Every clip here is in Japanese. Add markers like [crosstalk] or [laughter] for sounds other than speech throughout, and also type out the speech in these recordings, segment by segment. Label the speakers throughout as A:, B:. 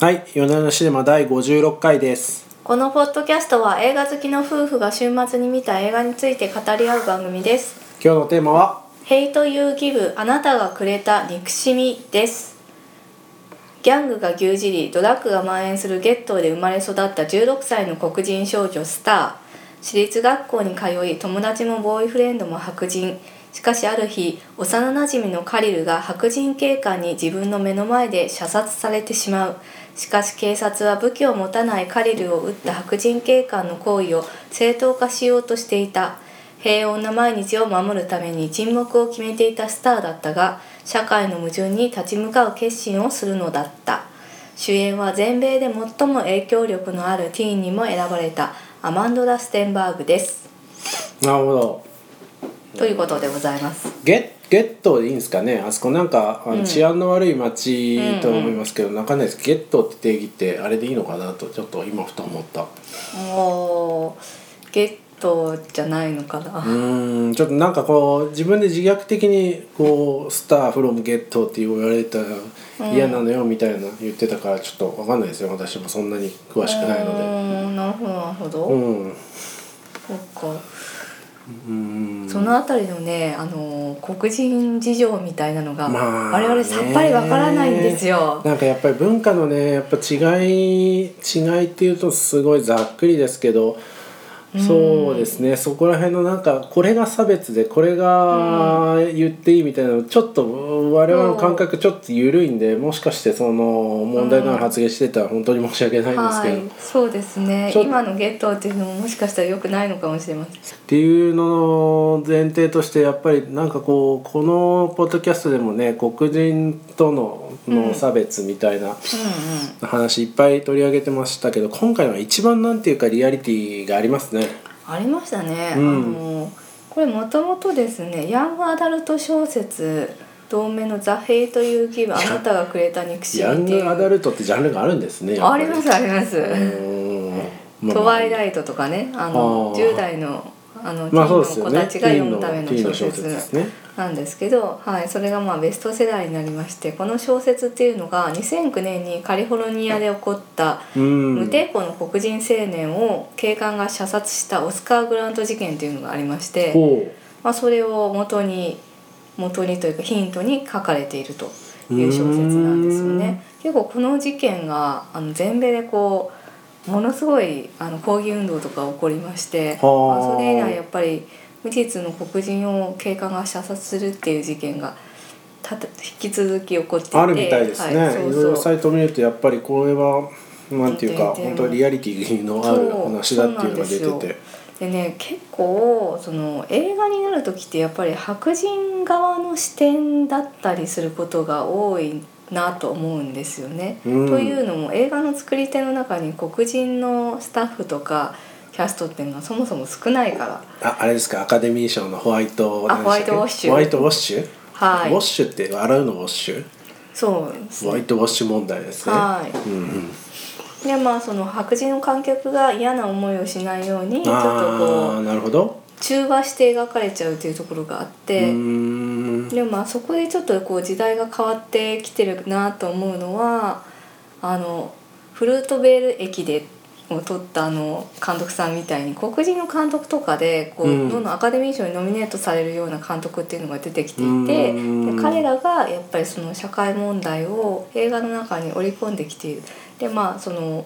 A: はい、夜な夜なシネマ第56回です。
B: このポッドキャストは映画好きの夫婦が週末に見た映画について語り合う番組です。
A: 今日のテーマは、
B: Hate You Give あなたがくれた憎しみです。ギャングが牛耳りドラッグが蔓延するゲットーで生まれ育った16歳の黒人少女スター私立学校に通い友達もボーイフレンドも白人しかしある日幼なじみのカリルが白人警官に自分の目の前で射殺されてしまうしかし警察は武器を持たないカリルを撃った白人警官の行為を正当化しようとしていた平穏な毎日を守るために沈黙を決めていたスターだったが社会の矛盾に立ち向かう決心をするのだった主演は全米で最も影響力のあるティーンにも選ばれたアマンドラ・ステンバーグです
A: なるほど。
B: ということでございます
A: ゲッ、ゲットでいいんですかね。あそこなんか、あの
B: うん
A: 治安の悪い街と思いますけど、なんかんないです。ゲットって定義ってあれでいいのかなと、ちょっと今ふと思った。
B: おーゲットじゃないのか
A: う
B: な
A: ーん、ちょっとなんかこう、自分で自虐的に、こう、スターフロムゲットって言われたら嫌なのよみたいな言ってたから、ちょっとわかんないですよ。私もそんなに詳しくないの
B: う
A: で。
B: ーんなるほどなるほど、
A: うん。
B: そっか
A: うん。
B: そのあたりのね、あのー黒人事情みたいなのが、
A: まあ
B: 我々さっぱりわからないんですよ。
A: なんかやっぱり文化のねやっぱ違い違いっていうとすごいざっくりですけどそうですねそこら辺のなんかこれが差別でこれが言っていいみたいなのちょっと我々の感覚ちょっと緩いんでもしかしてその問題のある発言してたら本当に申し訳ないんです
B: は
A: けど、
B: い、そうですね。
A: ちょ
B: 今のゲットーっていうのももしかしたら良くないのかもしれません。
A: っていうのの前提としてやっぱりなんかこうこのポッドキャストでもね黒人とのの差別みたいな。
B: う
A: 話いっぱい取り上げてましたけど今回は一番なんていうかリアリティがありますね
B: んうん。ありましたね。
A: うん
B: あのーこれもともとですね、ヤングアダルト小説同名のザヘイという義務あなたがくれた憎しみ
A: ヤ
B: っ
A: ン
B: ていう。
A: グアダルトってジャンルがあるんですねやっ
B: あ
A: ぱ
B: りますあります。
A: うーんまあ
B: トワイライトとかね、あの
A: あー
B: 10代のあのティ
A: まあそうで
B: ーン
A: す
B: の
A: よ
B: 子
A: ね
B: たちが読むための
A: ティーンの
B: 小
A: ティーンの小説
B: 説
A: ですね
B: なんですけど、はい、それがまあベスト世代になりましてこの小説っていうのが2009年にカリフォルニアで起こった
A: うん
B: 無抵抗の黒人青年を警官が射殺したオスカー・グラント事件っていうのがありまして、
A: ほ
B: まあ、それを元に元にというかヒントに書かれているという小説なんですよね。結構この事件があの全米でこうものすごいあの抗議運動とか起こりまして、まあ、
A: はあ
B: それ以来やっぱり無実の黒人を警官が射殺するっていう事件がたた引き続き起こっていて
A: うあるみたいですね、、
B: はいい、そう
A: ろいろ
B: そ
A: サ
B: う
A: イト見るとやっぱりこれはなんていうか
B: 点
A: 本
B: 々
A: 当リアリティのある
B: そう
A: 話だっていうのが出
B: そうな
A: て
B: んです
A: て
B: よでね結構その映画になる時ってやっぱり白人側の視点だったりすることが多いなと思うんですよね。
A: うん
B: というのも映画の作り手の中に黒人のスタッフとかキャストっていうのはそもそも少ないから。
A: ああれですかアカデミー賞のホワイト
B: あ
A: 何でしたっけ
B: ホワイトウォッシュ
A: ホワイトウォッシュ、
B: はい
A: ウォッシュって洗うのウォッシュ
B: そうです
A: ホワイ
B: ね。
A: トウォッシュ問題ですね、
B: は
A: う
B: い。
A: んうん、
B: でまあその白人の観客が嫌な思いをしないようにちょっと
A: ああ
B: こ
A: なるほど
B: う中和して描かれちゃうというところがあっ
A: う
B: て。
A: ーん
B: でもまあそこでちょっとこう時代が変わってきてるなと思うのはあのフルートベール駅でを撮ったあの監督さんみたいに黒人の監督とかでこう、
A: うん
B: どんどんアカデミー賞にノミネートされるような監督っていうのが出てきていて
A: うん
B: で彼らがやっぱりその社会問題を映画の中に織り込んできている。でまあその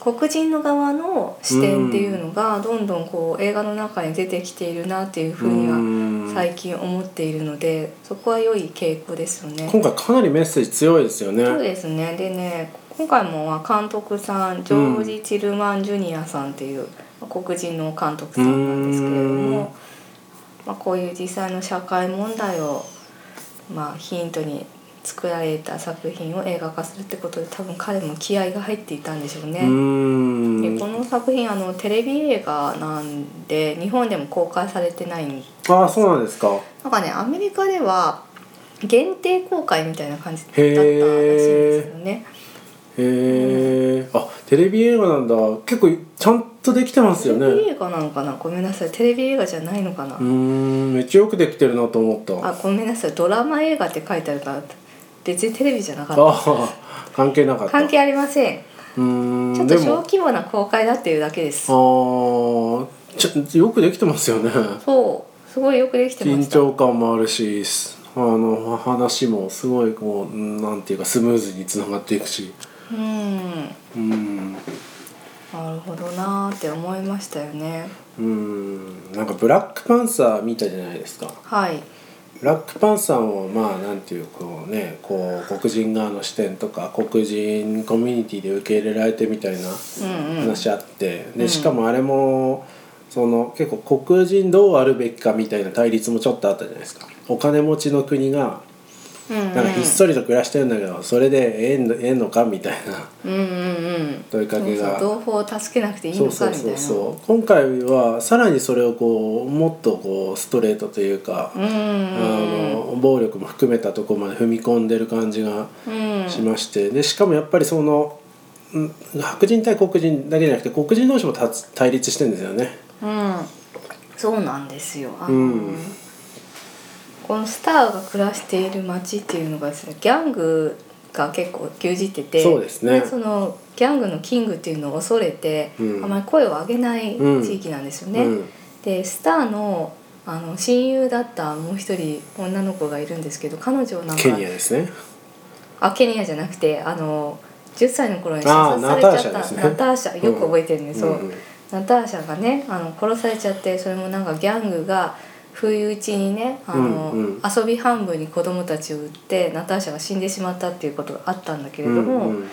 B: 黒人の側の視点っていうのがどんどんこう映画の中に出てきているなっていうふうには
A: うん
B: 最近思っているのでそこは良い傾向ですよね。
A: 今回かなりメッセージ強いですよね
B: そうですねでね今回もまあ監督さんジョージ・チルマン・ジュニアさんっていうまあ黒人の監督さんなんですけれど
A: うん
B: も、まあ、こういう実際の社会問題を、まあ、ヒントに作られた作品を映画化するってことで多分彼も気合が入っていたんでしょうね。
A: うー
B: でこ
A: ん
B: の作品あのテレビ映画なんで日本でも公開されてないん
A: ああそうなんですか
B: なんかねアメリカでは限定公開みたいな感じだったらしい
A: へ
B: ん
A: ー
B: ですよね。
A: へえあテレビ映画なんだ結構ちゃんとできてます
B: テ
A: よね
B: レビ
A: う
B: 映画なのかなごめんなさいテレビ映画じゃないのかな、
A: ーんめっちゃよくできてるなと思ったあ
B: あごめんなさいドラマ映画って書いてあるから別にテレビじゃなかった
A: あ関係なかった
B: 関係ありません
A: うーん
B: ちょっ
A: で
B: と小
A: も
B: 規模な公開だっていうだけです
A: あーちょよくできてますよね
B: そうすごいよくできてま
A: 緊
B: した
A: 張感もあるしあの話もすごいこううんなんていうかスムーズにつながっていくし
B: うん
A: うん
B: なるほどなーって思いましたよね
A: うんなんかブラックパンサー見たじゃないですか
B: はい
A: ブラックパンサーもまあなんていうこうねこう黒人側の視点とか黒人コミュニティで受け入れられてみたいな
B: うんうん
A: 話あって、
B: う
A: で
B: ん
A: しかもあれもその結構黒人どうあるべきかみたいな対立もちょっとあったじゃないですかお金持ちの国が
B: うんうん
A: なんかひっそりと暮らしてるんだけどそれでええんええのかみたいな
B: うんうんうん
A: 問いかけが
B: そうそう同胞を助けなくていい
A: そ
B: の
A: う
B: か
A: そ
B: み
A: う
B: たいな
A: そうそう今回はさらにそれをこうもっとこうストレートというか、
B: うん
A: あ
B: うんうん
A: の暴力も含めたところまで踏み込んでる感じが
B: うん
A: しまして、でしかもやっぱりそのうん白人対黒人だけじゃなくて黒人同士もたつ対立してるんですよね。
B: うん、そうなんですよ。あの
A: うん
B: このスターが暮らしている街っていうのがですね、ギャングが結構牛耳ってて、
A: そうですね
B: そのギャングのキングっていうのを恐れて、
A: うん
B: あまり声を上げない地域なんですよね。
A: うん
B: でスターのあの親友だったもう一人女の子がいるんですけど彼女なんか
A: ケニアですね。
B: あケニアじゃなくてあの10歳の頃に射殺され
A: あーナターシ
B: ちゃ
A: ャ
B: った
A: ですね
B: ナターシャよく覚えてるね、そう、
A: ん
B: ナターシャがねあの殺されちゃってそれもなんかギャングが不意打ちにねあの、
A: うんうん
B: 遊び半分に子供たちを撃ってナターシャが死んでしまったっていうことがあったんだけれども、
A: うんうん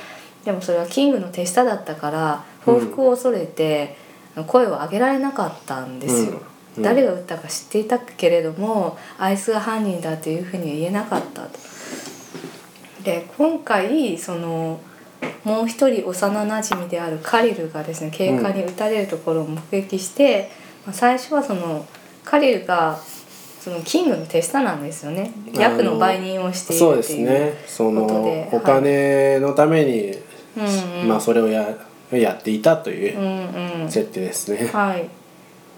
B: でもそれはキングの手下だったから報復を恐れて、声を上げられなかったんですよ。
A: うんうん
B: 誰が撃ったか知っていたけれどもあいつが犯人だっていうふうには言えなかったと。で今回そのもう一人幼なじみであるカリルがですね警官に撃たれるところを目撃して、まあ、最初はそのカリルがそのキングの手下なんですよね
A: あの
B: 役の売人をしてい
A: そう
B: る
A: で
B: って
A: す
B: いう
A: ね。その
B: ことで
A: お金のために、
B: うんうん
A: まあそれをややっていたといううん
B: うん
A: 設定ですね。
B: はい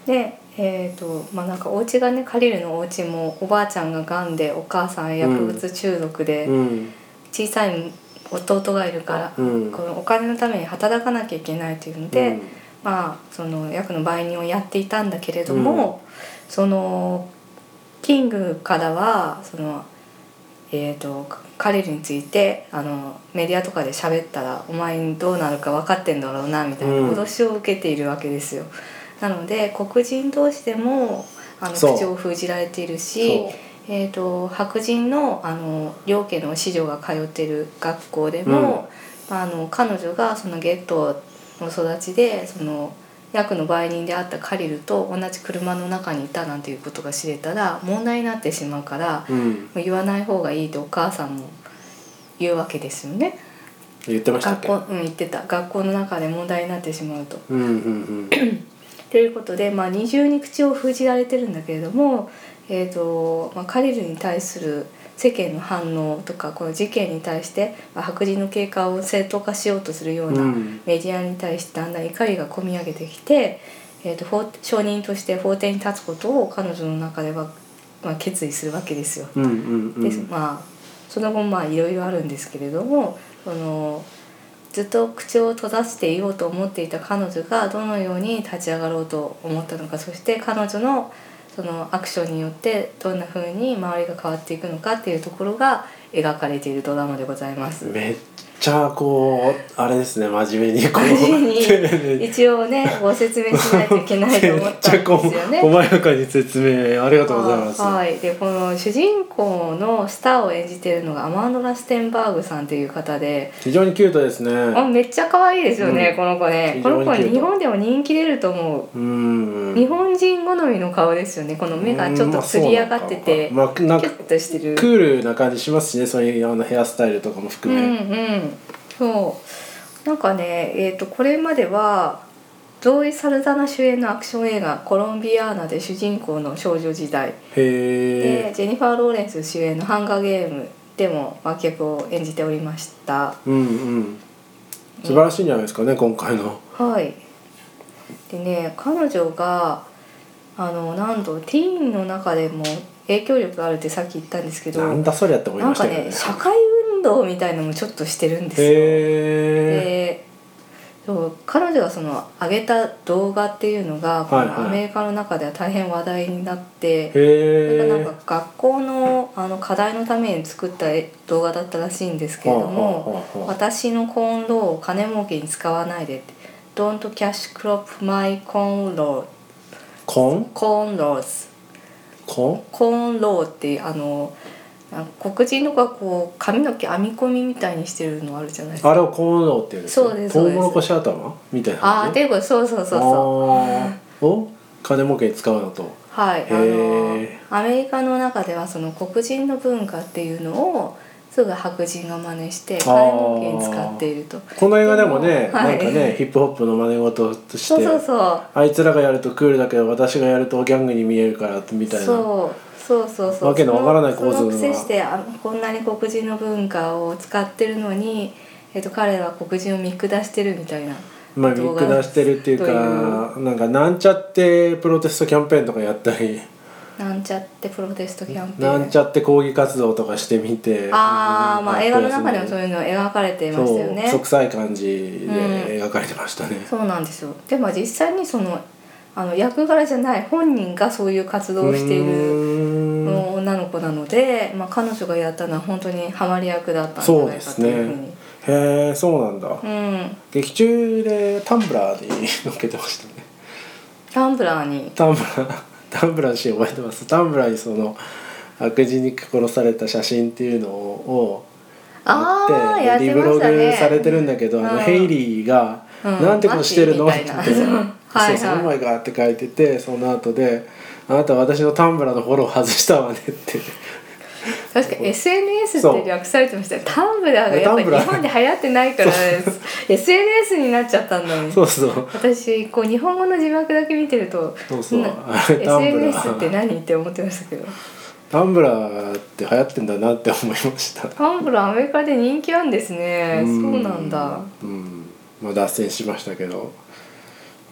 B: でえーとまあ、なんかお家がねカリルのお家もおばあちゃんががんでお母さん薬物中毒で、
A: うん
B: 小さい弟がいるから、
A: うん
B: このお金のために働かなきゃいけないというので、まあその役の売人をやっていたんだけれども、そのキングからはそのえー、と彼についてあのメディアとかで喋ったらお前にどうなるか分かってんだろうなみたいな
A: うん
B: 脅しを受けているわけですよ。なので黒人同士でもあの口
A: そう
B: を封じられている
A: うん
B: し。えー、と白人のあの両家の子女が通ってる学校でも、あの彼女がそのゲットの育ちでその役の売人であったカリルと同じ車の中にいたなんていうことが知れたら問題になってしまうから
A: そう、うん、
B: もう言わない方がいいとお母さんも言うわけですよね
A: 言ってましたっ
B: 学
A: け。
B: 校、うん、言ってた学校の中で問題になってしまうと。
A: うんうん
B: ということで、まあ、二重に口を封じられてるんだけれども、えーとまあ、カリルに対する世間の反応とかこの事件に対して、まあ、白人の経過を正当化しようとするよ
A: う
B: うんな
A: うん
B: メディアに対してだんだん怒りがこみ上げてきて、えー、と法証人として法廷に立つことを彼女の中では、まあ、決意するわけですよ。
A: うんうんう
B: で
A: ん
B: まあその後まあいろいろあるんですけれどもそのずっと口を閉ざしていようと思っていた彼女がどのように立ち上がろうと思ったのかそして彼女のそのアクションによってどんな風に周りが変わっていくのかっていうところが描かれているドラマでございます。
A: めっちゃこうあれですね真面目にこう
B: 真面目に
A: 丁寧に
B: 一応ねご説明しないといけないと
A: [laughs]
B: 思ったんですよ
A: めっち
B: ね。
A: ゃこう細やかに説明ありがとうございます。
B: あはい、でこの主人公のスターを演じているのがアマンドラ・ステンバーグさんっていう方で、
A: 非常にキュートですね。
B: あめっちゃ可愛いですよね、
A: うん
B: この子ね
A: 非
B: こ
A: 常
B: の
A: にキュ
B: 子
A: ート
B: 日本でも人気出ると思
A: うん
B: う日本人好みの顔ですよねこの目がちょっとつり上がってて
A: うん
B: キ
A: まあそうなのかまあなん
B: ュ
A: か
B: ッとしてる
A: クールな感じしますしねそういうあのヘアスタイルとかも含
B: うん
A: め、
B: うんそうなんかねえー、とこれまではゾーイ・サルザナ主演のアクション映画「コロンビアーナ」で主人公の少女時代
A: へ
B: で
A: え
B: ジェニファー・ローレンス主演の「ハンガーゲーム」でも脇役を演じておりました
A: うんうん素晴らしいんじゃないですかね今回の
B: はいでね彼女があのなんとティーンの中でも影響力があるってさっき言ったんですけど
A: なんだそりゃって思い
B: なん
A: まし
B: か
A: たよ
B: ね
A: ね
B: 社会運運動みたいのもちょっとしてるんですよ。
A: へえ
B: でそう彼女がその上げた動画っていうのが、
A: はいはい
B: このアメリカの中では大変話題になって、それ
A: へ
B: がな
A: え
B: んか学校のあの課題のために作った動画だったらしいんですけれども「私のコーンローを金儲けに使わないで」って「Don't cash crop my corn law
A: コン
B: corn laws
A: コン
B: コーンロー」ってあのなんか黒人とかこう髪の毛編み込みみたいにしてるのあるじゃないですか。
A: あれをコーンローっていうんです
B: そうです
A: トウ
B: そうです
A: モロコシ頭みたいな
B: あー
A: 感
B: っ
A: じ
B: ていうことそうそうそうそう。
A: そうを金儲けに使うのと
B: はい、あ
A: へ
B: のアメリカの中ではその黒人の文化っていうのをすぐ白人が真似して金儲けに使っていると
A: この映画でもね
B: でも
A: な
B: はい
A: んかねヒップホップの真似事とし
B: そうそう
A: て
B: そう
A: あいつらがやるとクールだけど私がやるとギャングに見えるからみたいな
B: そうそうそうそう
A: わけのわからない構図が
B: そのそのくせしてあこんなに黒人の文化を使ってるのに、えっと、彼は黒人を見下してるみたいな
A: まあ見下してるっていう
B: 動
A: かなんかなんちゃってプロテストキャンペーンとかやったり
B: なんちゃってプロテストキャンペーン
A: なんちゃって抗議活動とかしてみて
B: ああまあ映画の中でもそう
A: う
B: いうの描かれていましたよね
A: そう息臭い感じで描かれてましたね、
B: そうなんですよでも実際にそのあの役柄じゃない本人がそういう活動をしている
A: うーん
B: の女の子なので、まあ、彼女がやったのは本当にハマり役だったんじゃないかというふうに
A: へえそうなんだ、
B: うん
A: 劇中でタンブラーに乗っけてましたね
B: タンブラーに
A: タンブラー [laughs] タンブラーのシーン覚えてますタンブラーにその悪人に殺された写真っていうのを
B: ああ
A: で
B: やって
A: リブ
B: ま
A: ロ
B: し
A: グ
B: たね
A: されてるんだけど、あ
B: うん
A: のヘイリーが「
B: うん
A: なんてことしてるの?」っ
B: マッ
A: て
B: チー
A: 言っ
B: み
A: たて
B: いな [laughs]
A: そう
B: 「はいはい
A: そう「お前が」って書いててその後で「あなたは私のタンブラーのフォロー外したわね」って
B: 確か SNS って略されてましたよタンブラーがやっぱ
A: タンブラー
B: 日本で流行ってないから
A: [laughs]
B: SNS になっちゃったんだね
A: そうそう
B: 私こう日本語の字幕だけ見てると
A: そうそうんあれタンブラー
B: SNS って何って思ってましたけど
A: タンブラーって流行ってんだなって思いました
B: タンブラーアメリカで人気なんですね
A: うん
B: そうなんだ
A: うんまあ脱線しましたけど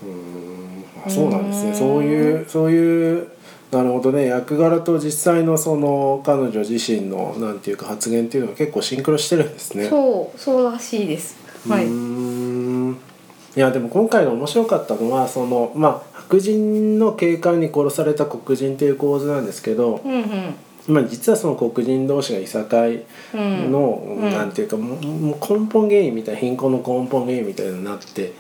A: うんあそうなんです
B: う
A: ね
B: ん
A: そういうそういうなるほどね役柄と実際のその彼女自身のなんていうか発言っていうのが結構シンクロしてるんですね。
B: そうそうらしいですはいう
A: ーんいやでも今回の面白かったのはそのまあ白人の警官に殺された黒人っていう構図なんですけど、
B: うんうん
A: まあ、実はその黒人同士がいさかい
B: うん
A: の、
B: うん
A: なんていうかもうもう根本原因みたいな貧困の根本原因みたいになって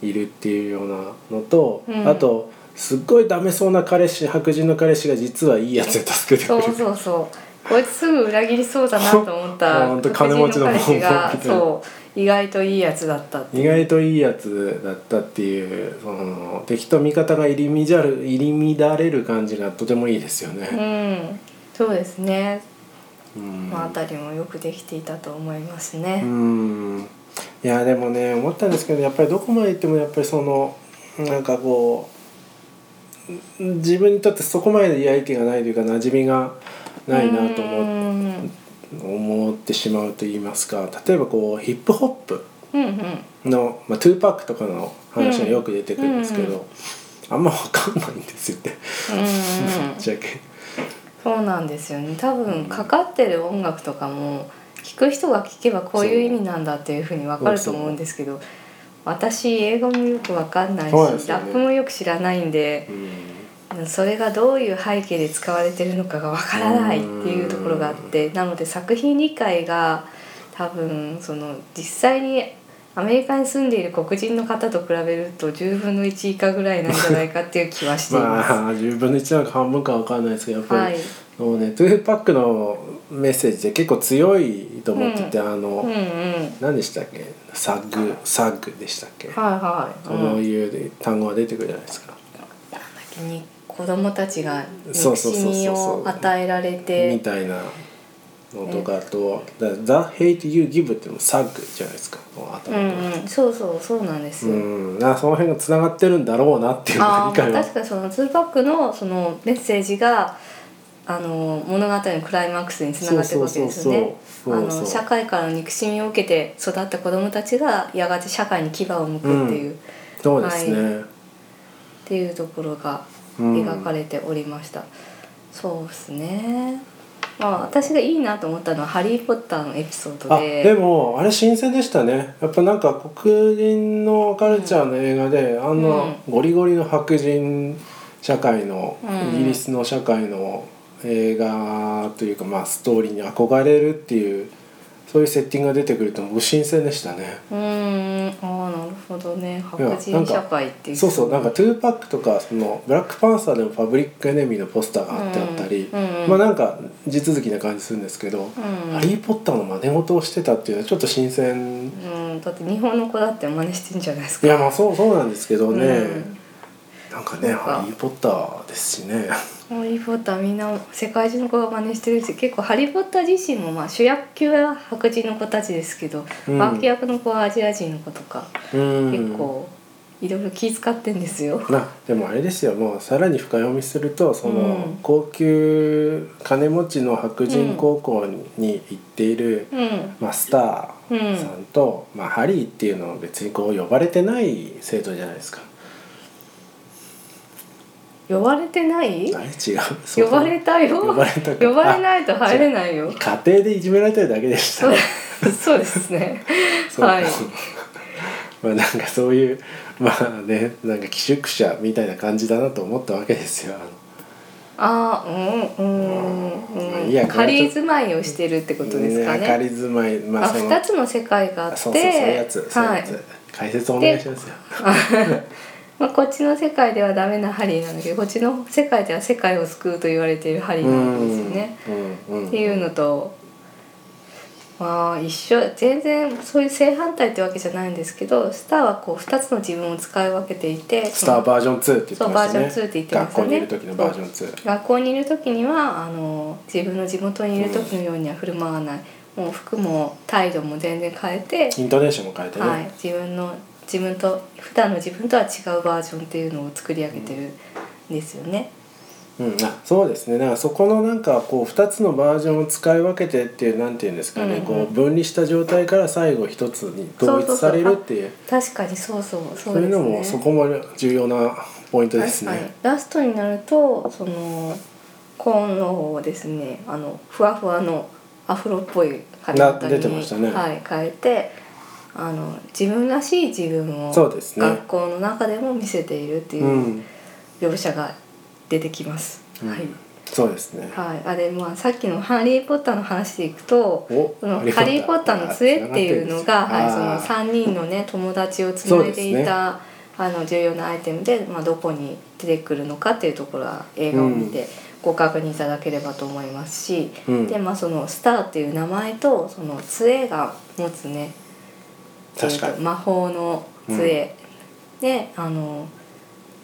A: いるっていうようなのと、
B: うん
A: あとすっごいダメそうな彼氏白人の彼氏が実はいいやつで助けてくれ
B: そう
A: る
B: そうそうこいつすぐ裏切りそうだなと思った
A: [laughs] ほんと金持ちの
B: 黒人の彼氏
A: ほん
B: が
A: と
B: そう意外といいやつだったって
A: 意外といいやつだったっていうその敵と味方が入り乱る入り乱れる感じがとてもいいですよ
B: う
A: ね。
B: んそうですね
A: うん
B: このあたりもよくできていたと思います
A: う
B: ね
A: んいやでもね思ったんですけどやっぱりどこまで行ってもやっぱりそのなんかこう自分にとってそこまで利益がないというか馴染みがないなと
B: う
A: 思うん
B: うん
A: 思ってしまうと言いますか例えばこうヒップホップ
B: うんうん
A: の、まあ、2パックとかの話がよく出てくるんですけ
B: うんう
A: ど、あんま分かんないんですよね
B: うんうん
A: [laughs] ぶっちゃけ。
B: そうなんですよね多分かかってる音楽とかも聞く人が聞けばこういう意味なんだっていうふうに分かると思うんですけど私英語もよく分かんないし、
A: そうですよ
B: ラ
A: ね
B: ップもよく知らないんでそれがどういう背景で使われてるのかが分からないっていうところがあってなので作品理解が多分その実際にアメリカに住んでいる黒人の方と比べると10分の1以下ぐらいなんじゃないかっていう気はしていま
A: [laughs]
B: す。
A: まあ10分の1なんか半分か分かんないですけどやっぱり、
B: はい
A: もうね2パックのメッセージで結構強いと思ってて、あの、
B: うんうん
A: 何でしたっけサグサグでしたっけ、
B: はいはい、
A: こ
B: うん
A: のいう単語が出てくるじゃないですか、
B: なんだっけに子供たちが
A: そうそ
B: 憎
A: う
B: し
A: そうそう
B: みを与えられて
A: みたいなのとかと「だ The hate you give」っていうのもサグじゃないですかこの
B: う
A: 頭の
B: んうんそうそうそうなんですよ、
A: うんなその辺がつながってるんだろうなっていうのが
B: あ
A: 理
B: ー
A: 解
B: まあ
A: は
B: 確かにその2パックのそのメッセージがあの物語のクライマックスにつながっていくわけですよね
A: そ
B: あ
A: うそうそうそう
B: の社会からの憎しみを受けて育った子供たちがやがて社会に牙を向くっていう、
A: うん
B: っ
A: そうですね、
B: ていうところが
A: うん
B: 描かれておりました、そうですねまあ、私がいいなと思ったのは「ハリー・ポッター」のエピソード
A: あ
B: で
A: でもあれ新鮮でしたねやっぱなんか黒人のカルチャーの映画で、あんなゴリゴリの白人社会の、
B: うん
A: イギリスの社会の映画というか、まあ、ストーリーに憧れるっていうそういうセッティングが出てくると僕新鮮でしたね。
B: うーんああなるほどね白
A: いやな
B: 人
A: んか
B: 社会っていう
A: そうそうなんかトゥーパックとかそのブラックパンサーでもパブリックエネミーのポスターが貼ってあったり、
B: うんうんうん
A: まあなんか地続きな感じするんですけど、
B: うん
A: ハリー・ポッターの真似事をしてたっていうのはちょっと新鮮
B: うん、だって日本の子だって真似してんじゃないです
A: い
B: か
A: やまあそうそうなんですけどね、
B: うん
A: なんかね
B: そうか
A: ハリー・ポッターですしね
B: ハリー・ポッターみんな世界中の子が真似してるし結構ハリー・ポッター自身もまあ主役級は白人の子たちですけど、
A: うん
B: 脇役の子はアジア人の子とか、
A: うん
B: 結構いろいろ気遣ってんですよ。
A: なでもあれですよもうさらに深読みするとその、
B: うん
A: 高級金持ちの白人高校に行っている、
B: うん、
A: まあ、スタ
B: うん
A: ーさんと、まあ、ハリーっていうのは別にこう呼ばれてない生徒じゃないですか。
B: 呼ばれてない
A: あれ違うそう
B: 呼ばれたよ
A: 呼ばれたか
B: 呼ばれないと入れないよ
A: 家庭でいじめられてるだけでした。
B: そうですね
A: そう
B: はい
A: [laughs] まあなんかそういうまあねなんか寄宿舎みたいな感じだなと思ったわけですよ。あの
B: あーうんうん
A: まあ
B: うん
A: いいや
B: 仮住まいをしてるってことですか
A: 明か
B: ね
A: り住まいま
B: あ
A: あその
B: 二つの世界があって
A: そうそうそういうやつそういう
B: は
A: や
B: い
A: つ、解説お願いしますよ。
B: まあ、こっちの世界ではダメなハリーなんだけどこっちの世界では世界を救うと言われているハリーなわけですよね。
A: うんうんうん
B: っていうのとまあ一緒全然そういう正反対ってわけじゃないんですけどスターはこう2つの自分を使い分けていて
A: スターバージョン2って言ってましたね。
B: そうバージョン2って言ってました
A: 学
B: ね
A: 校にいる時のバージョン2。
B: 学校にいる時にはあの自分の地元にいる時のようには振る舞わない、もう服も態度も全然変えて、
A: イントネーションも変えてね。
B: はい、自分の自分と普段の自分とは違うバージョンっていうのを作り上げてるんですよね。
A: うん、あそうですねだからそこのなんかこう2つのバージョンを使い分けてっていうなんていうんですかね、
B: うんうん
A: こう分離した状態から最後一つに統一されるっていう
B: 確かにそうそう
A: そ
B: そ
A: ううい
B: ですね
A: うのもそこも重要なポイントです
B: 確かに
A: ね。
B: ラストになるとそのコーンの方をですねあのふわふわのアフロっぽい髪型に
A: な出てましたね
B: はい、変えてあの自分らしい自分を
A: そうですね
B: 学校の中でも見せているって
A: う、
B: いうん描写が出てきます。
A: うん
B: はい
A: そうですね。
B: はい、あれまあさっきの「ハリー・ポッター」の話でいくと
A: お
B: そのハリー・ポッターの杖っていうのが、
A: あ
B: はい、そ
A: ー
B: の3人のね友達をつないでいたあの重要なアイテムで、まあ、どこに出てくるのかっていうところは映画を見てご確認いただければと思いますし、
A: うん
B: でまあそのスターっていう名前とその杖が持つね
A: 確か
B: えーと
A: に。
B: 魔法の杖、であの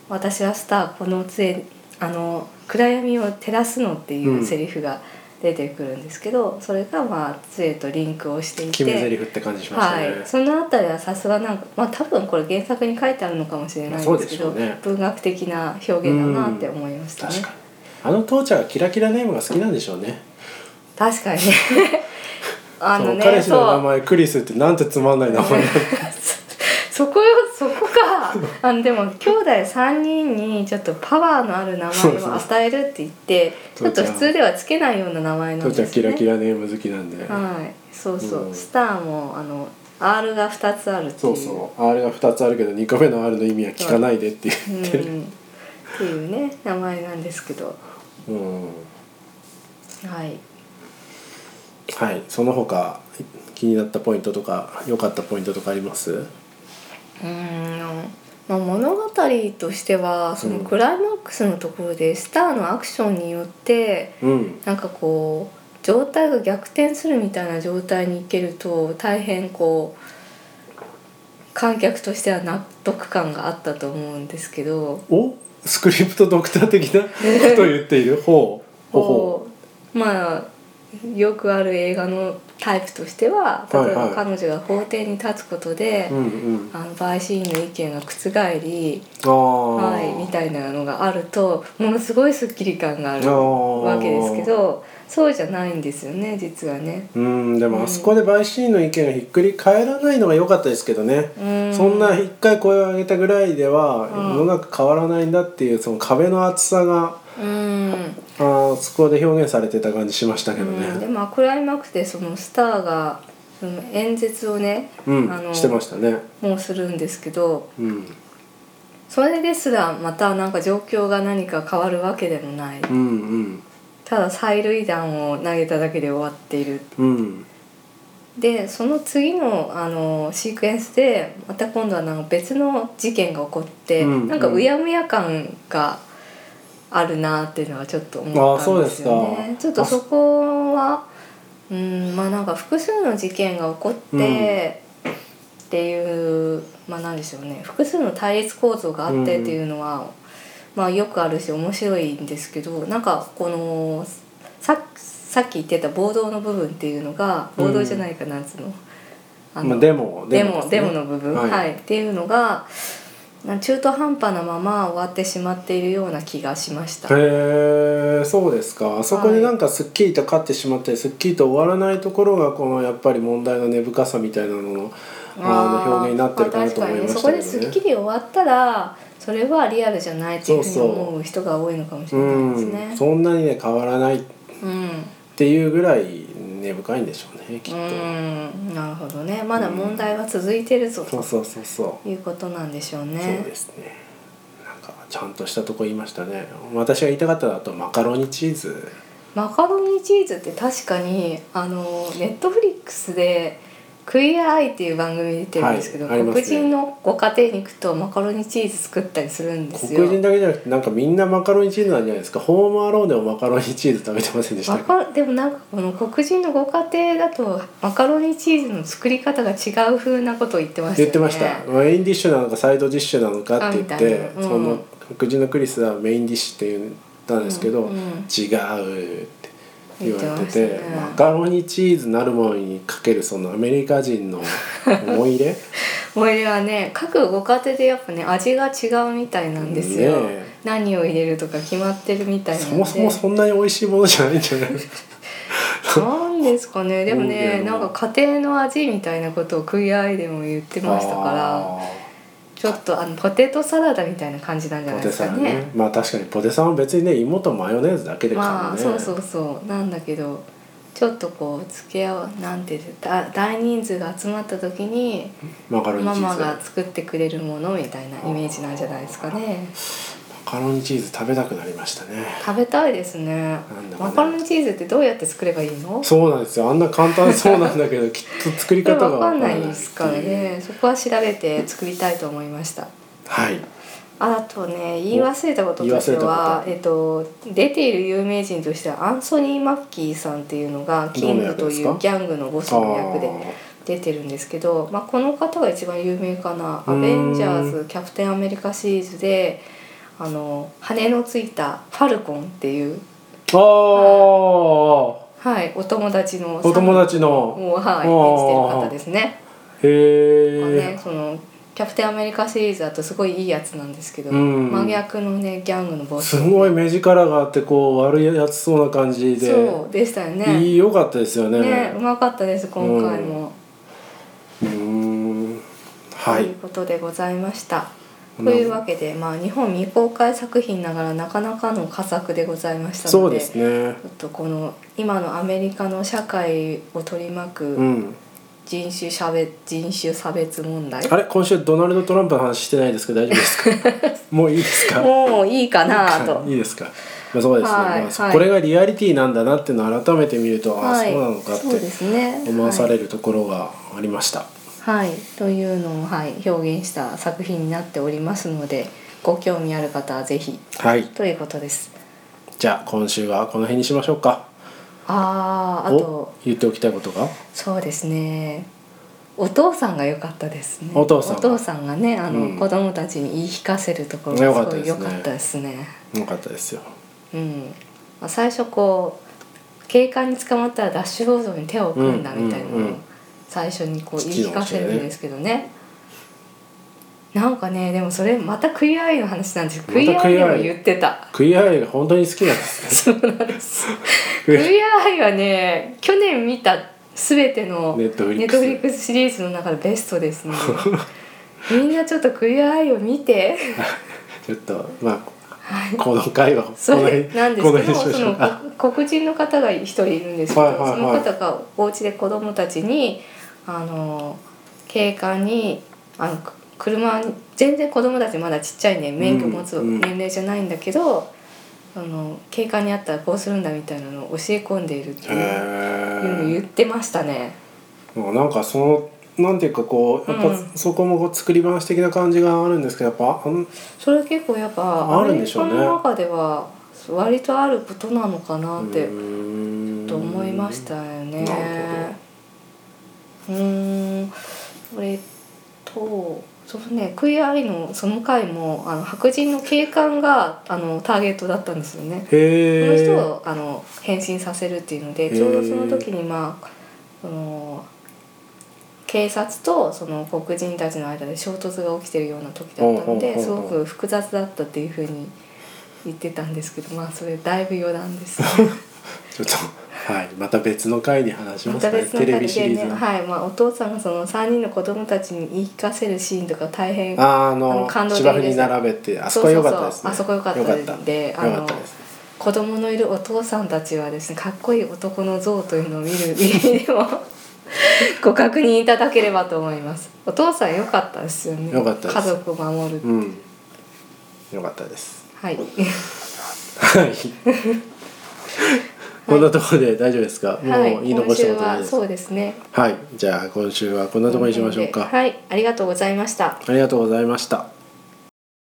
B: 私はスターこの杖あの暗闇を照らすのっていうセリフが出てくるんですけど、それがまあ杖とリンクをしてい
A: 決め
B: て、
A: 台詞って感じしました
B: は
A: ね。
B: い、そのあたりはさすがなんかまあ多分これ原作に書いてあるのかもしれないんですけ
A: まあそ
B: ど、
A: うでしょうね
B: 文学的な表現だなって思いましたね
A: 確。かに。あの父ちゃんがキラキラネームが好きなんでしょうね。
B: 確かにね [laughs] あの
A: そ
B: ね
A: の彼氏の名
B: そう
A: 前クリスってなんてつまんない名前なんだ
B: そこよそこかあのでも兄弟3人にちょっとパワーのある名前を与えるって言ってち
A: そ
B: ょ
A: う
B: っ
A: そ
B: と
A: う
B: 普通ではつけないような名前なん
A: 父
B: で
A: ち
B: す
A: ゃ
B: ね
A: んキラキラネーム好きなんで。
B: はいそうそう、
A: うん
B: スターもあの R が2つあるってい
A: そううそう、あれが二つあるけど、二個目の R の意味は聞かないでって
B: う
A: 言
B: ん、
A: っ
B: って
A: る。
B: いうね名前なんですけど
A: うん、
B: はい
A: はい、その他、気になったポイントとか、良かったポイントとかあります。
B: うんまあ、物語としてはそのクライマックスのところでスターのアクションによって
A: うん、
B: なんかこう状態が逆転するみたいな状態に行けると大変こう観客としては納得感があったと思うんですけど
A: お、スクリプトドクター的なことを言っている。ほう、ほうほ
B: こうまあよくある映画のタイプとしては例え
A: はい
B: ば
A: はい
B: 彼女が法廷に立つことで
A: う。うん、うん、
B: あの陪審員の意見が覆り、
A: ああ、
B: はい、みたいなのがあるとものすごいスッキリ感がある
A: あー
B: わけですけどそうじゃないんですよね実はね。
A: うん、で
B: う
A: も
B: ん
A: あそこで陪審員の意見がひっくり返らないのが良かったですけどね、
B: うん
A: そんな一回声を上げたぐらいでは
B: うん
A: 世の中変わらないんだっていうその壁の厚さが
B: うん
A: ああそこで表現されてた感じしましたけどね、
B: うん、でもクライマックスでそのスターがその演説をね、
A: うん
B: あの
A: してましたね
B: もうするんですけど
A: うん、
B: それですらまたなんか状況が何か変わるわけでもない、
A: うん
B: ただ催涙弾を投げただけで終わっている
A: うんうん
B: でその次のあのシークエンスでまた今度はなんか別の事件が起こって、
A: うん
B: なんか
A: うん
B: うやむや感があるなっていうのはちょっと思ったんですよ
A: あそう
B: ね
A: ですか
B: ちょっとそこはうんまあなんか複数の事件が起こって、っていうまあなんでしょうね複数の対立構造があってっていうのは、まあよくあるし面白いんですけどなんかこのささっき言ってた暴動の部分っていうのが暴動じゃないかな、んつうのあの、
A: まあデモ
B: デモ
A: ですね
B: デモの部分、
A: は
B: はいいっていうのがな中途半端なまま終わってしまっているような気がしました。
A: へえそうですかそこでなんかすっきりと勝ってしまって、すっきりと終わらないところがこのやっぱり問題の根深さみたいなののあの表現になってるかなと思いましたけ
B: あ確かにねそこ
A: ど
B: です
A: ね
B: っきり終わったらそれはリアルじゃないっていうふうに
A: そうそう
B: 思う人が多いのかもし
A: う
B: れないですね。
A: んそんなにね変わらないっ
B: うん
A: ていうぐらい根深いんでしょうねきっ
B: う
A: と、
B: んなるほどねまだ問題は続いてるぞ
A: そう
B: と
A: そうそうそう
B: いうことなんでしょう
A: そう
B: ね
A: で。すねなんかちゃんとしたとこ言いましたね私が言いたかったのはあとマカロニチーズ
B: マカロニチーズって確かにあのネットフリックスで「クイアアイ」っていう番組出てるんですけど、
A: はいありますね
B: 黒人のご家庭に行くとマカロニチーズ作ったりするんですよ。
A: 黒人だけじゃなくてなんかみんなマカロニチーズなんじゃないですかホームアローンでもマカロニチーズ食べてませんでした
B: マ
A: か
B: カでもなんかこの黒人のご家庭だとマカロニチーズの作り方が違う風なことを言ってました
A: 言
B: よね。
A: ってました、まあメインディッシュなのかサイドディッシュなのかって言っ
B: あみたい
A: て
B: な、うん
A: その黒人のクリスはメインディッシュって言ったんですけど、
B: うんうん
A: 違うって言われてて
B: 言ってましたね
A: マカロニチーズなるものにかけるそのアメリカ人の思い
B: [laughs]
A: 入れ
B: 思い出はね各ご家庭でやっぱね味が違うみたいなんですよ、
A: ねえ
B: 何を入れるとか決まってるみたいなんで
A: そもそもそんなに美味しいものじゃないんじゃ
B: [laughs]
A: ない
B: なんです
A: [laughs]
B: かねでも
A: う
B: ね
A: ん
B: なんか家庭の味みたいなことを食い合いでも言ってましたから
A: あ
B: ちょっとあのポテトサラダみたいな感じなんじ
A: ー
B: ゃ
A: ポ
B: ないで
A: テ
B: す
A: サ
B: か
A: ラ
B: ね
A: ねまあ確かにポテサラは別にね芋とマヨネーズだけで買うのね、
B: まあそうそうそうなんだけどちょっとこう付き合うなんていうのだ大人数が集まった時に
A: マカロニチ
B: マ
A: ーズ
B: マが作ってくれるものみたいなイメージなんじゃないですかね
A: マカロニチーズ食べたくなりましたね
B: 食べたいですね
A: んだかね
B: マカロニチーズってどうやって作ればいいの
A: そうなんですよあんな簡単そうなんだけ
B: [laughs]
A: どきっと作り
B: これ
A: 方がわ
B: わか
A: から
B: ん
A: な
B: ないいですからねそこは調べて作りたいと思いました
A: はい
B: あとね言い忘れたこととしては
A: お、
B: えっと、出ている有名人としてはアンソニー・マッキーさんっていうのがキングとい
A: どの役ですか
B: うギャングのボスの役で出てるんですけど、まあ、この方が一番有名かな「
A: うー
B: ア
A: ん
B: ベンジャーズ・キャプテン・アメリカ」シリーズであの羽のついたファルコンっていう、
A: あーあー
B: はい、お友達の
A: お友達の
B: を、はい、演じてる方ですね。
A: へ
B: ね
A: え
B: そのキャプテンアメリカシリーズだとすごいいいやつなんですけど、
A: うん
B: 真逆のねギャングのボス
A: すごい目力があってこう悪いやつそうな感じで
B: そうでしたよね
A: いい良かったですよね
B: ねうまかったです今回も、
A: うーんは
B: とい
A: いう
B: ことでございました
A: う
B: と
A: ん
B: いうわけで、まあ、日本未公開作品ながらなかなかの佳作でございましたので
A: そうですね
B: ちょっとこの今のアメリカの社会を取り巻
A: う
B: く
A: ん
B: 人種差別人種差別問題、
A: あれ今週ドナルド・トランプの話してないですけど大丈夫ですか
B: [laughs]
A: もういいですか
B: もういいかなと
A: [laughs] いいですか、まあ、そうですね、
B: はい
A: まあそ
B: はい
A: これがリアリティなんだなっていうのを改めて見ると、
B: はい
A: あそうなのかっ
B: そうで
A: て
B: すね
A: 思わさ
B: はい
A: れるところがありました、
B: はい、というのを、はい、表現した作品になっておりますのでご興味ある方はぜひ
A: はい、
B: ということです。
A: じゃあ今週はこの辺にしましょうか
B: あああ
A: お
B: と
A: 言っておきたいことが
B: そうですねお父さんが良かったですね
A: お父さん
B: がねあの、
A: うん
B: 子供たちに言い聞かせるところ
A: 良かっ
B: がす
A: た
B: ご
A: です
B: い
A: ね
B: 良
A: よか
B: かったですね。
A: ったですよ
B: うんまあ、最初こう警官に捕まったらダッシュボードに手を組んだみたいな
A: うんう
B: の
A: んう
B: を
A: ん
B: 最初にこう言い
A: 父の
B: 聞かせるんですけどね。なんかねでもそれまたクイアアイの話なんですけどクイ
A: また
B: ア
A: ク
B: アイ
A: イ
B: で
A: アアイ
B: も言ってた。
A: クイアアイが本当に好きなん
B: [laughs]
A: ですね
B: そうなんです。クイアアイはね去年見たすべての
A: ネットフリ
B: ネ
A: ッ
B: ットフリッ
A: ク
B: ク
A: ス
B: スシリーズの中でベストで
A: [laughs]
B: すね。みんなちょっとクイアアイを見て。
A: ちょっとまあこの回はこ
B: [laughs] そ
A: の
B: れ
A: 辺
B: なんです
A: この
B: け
A: 辺
B: ど
A: にしまし
B: そ
A: ょう
B: の
A: あ
B: こ黒人の方が一人いるんですけど、
A: はいはいはい
B: その方がお家で子供たちにあの警官にあのく車に全然子供たちまだちっちゃいね免許持つ
A: うんうん
B: 年齢じゃないんだけど、あの警官に会ったらこうするんだみたいなのを教え込んでいるっていういうのを
A: へ
B: 言ってましたね。
A: えなんかそのなんていうかこうやっぱ
B: うん
A: そこもこう作り話的な感じがあるんですけどやっぱあん
B: それ結構やっぱ
A: あるんでしょうね
B: アメリカの中では割とあることなのかなって
A: う
B: と思いまし
A: ー
B: たよね。
A: なる
B: うーん、これとそのねクイアアイのその回もあの白人の警官があのターゲットだったんですよね。
A: んへ
B: そ
A: え
B: の人をあの変身させるっていうので
A: ー
B: ちょうどその時にまあその警察とその黒人たちの間で衝突が起きてるような時だったの
A: ほうほうほうほ
B: で
A: う
B: すごく複雑だったっていうふうに言ってたんですけどまあそれだいぶ余
A: [laughs]
B: 談です、ね。
A: ちょっとはいまた別の回に話し
B: ま
A: ます
B: た
A: かね
B: 別の
A: テレビ
B: 形
A: シ
B: で
A: リー
B: ね、
A: ズの、
B: はいまあ、お父さんがその3人の子供たちに言い聞かせるシーンとか大変
A: あーあ
B: あ
A: の
B: の感動的で
A: 芝
B: した
A: 生に並べてあそこは良かったですね
B: そうそうそうあそこ良かったんで
A: 良か
B: あ
A: った
B: の
A: 良かったです
B: 子供のいるお父さんたちはですねかっこいい男の像というのを見る意味でも [laughs] ご確認いただければと思いますお父さん良かったですよね
A: 良かったです
B: 家族を守る、
A: うん良かったです
B: はい [laughs]
A: はいこんなところで大丈夫ですか、もう言い残したことな
B: は
A: い
B: 今週は
A: です
B: そうですね
A: はいじゃあ今週はこんなところにしましょうか、
B: はいありがとうございました
A: ありがとうございました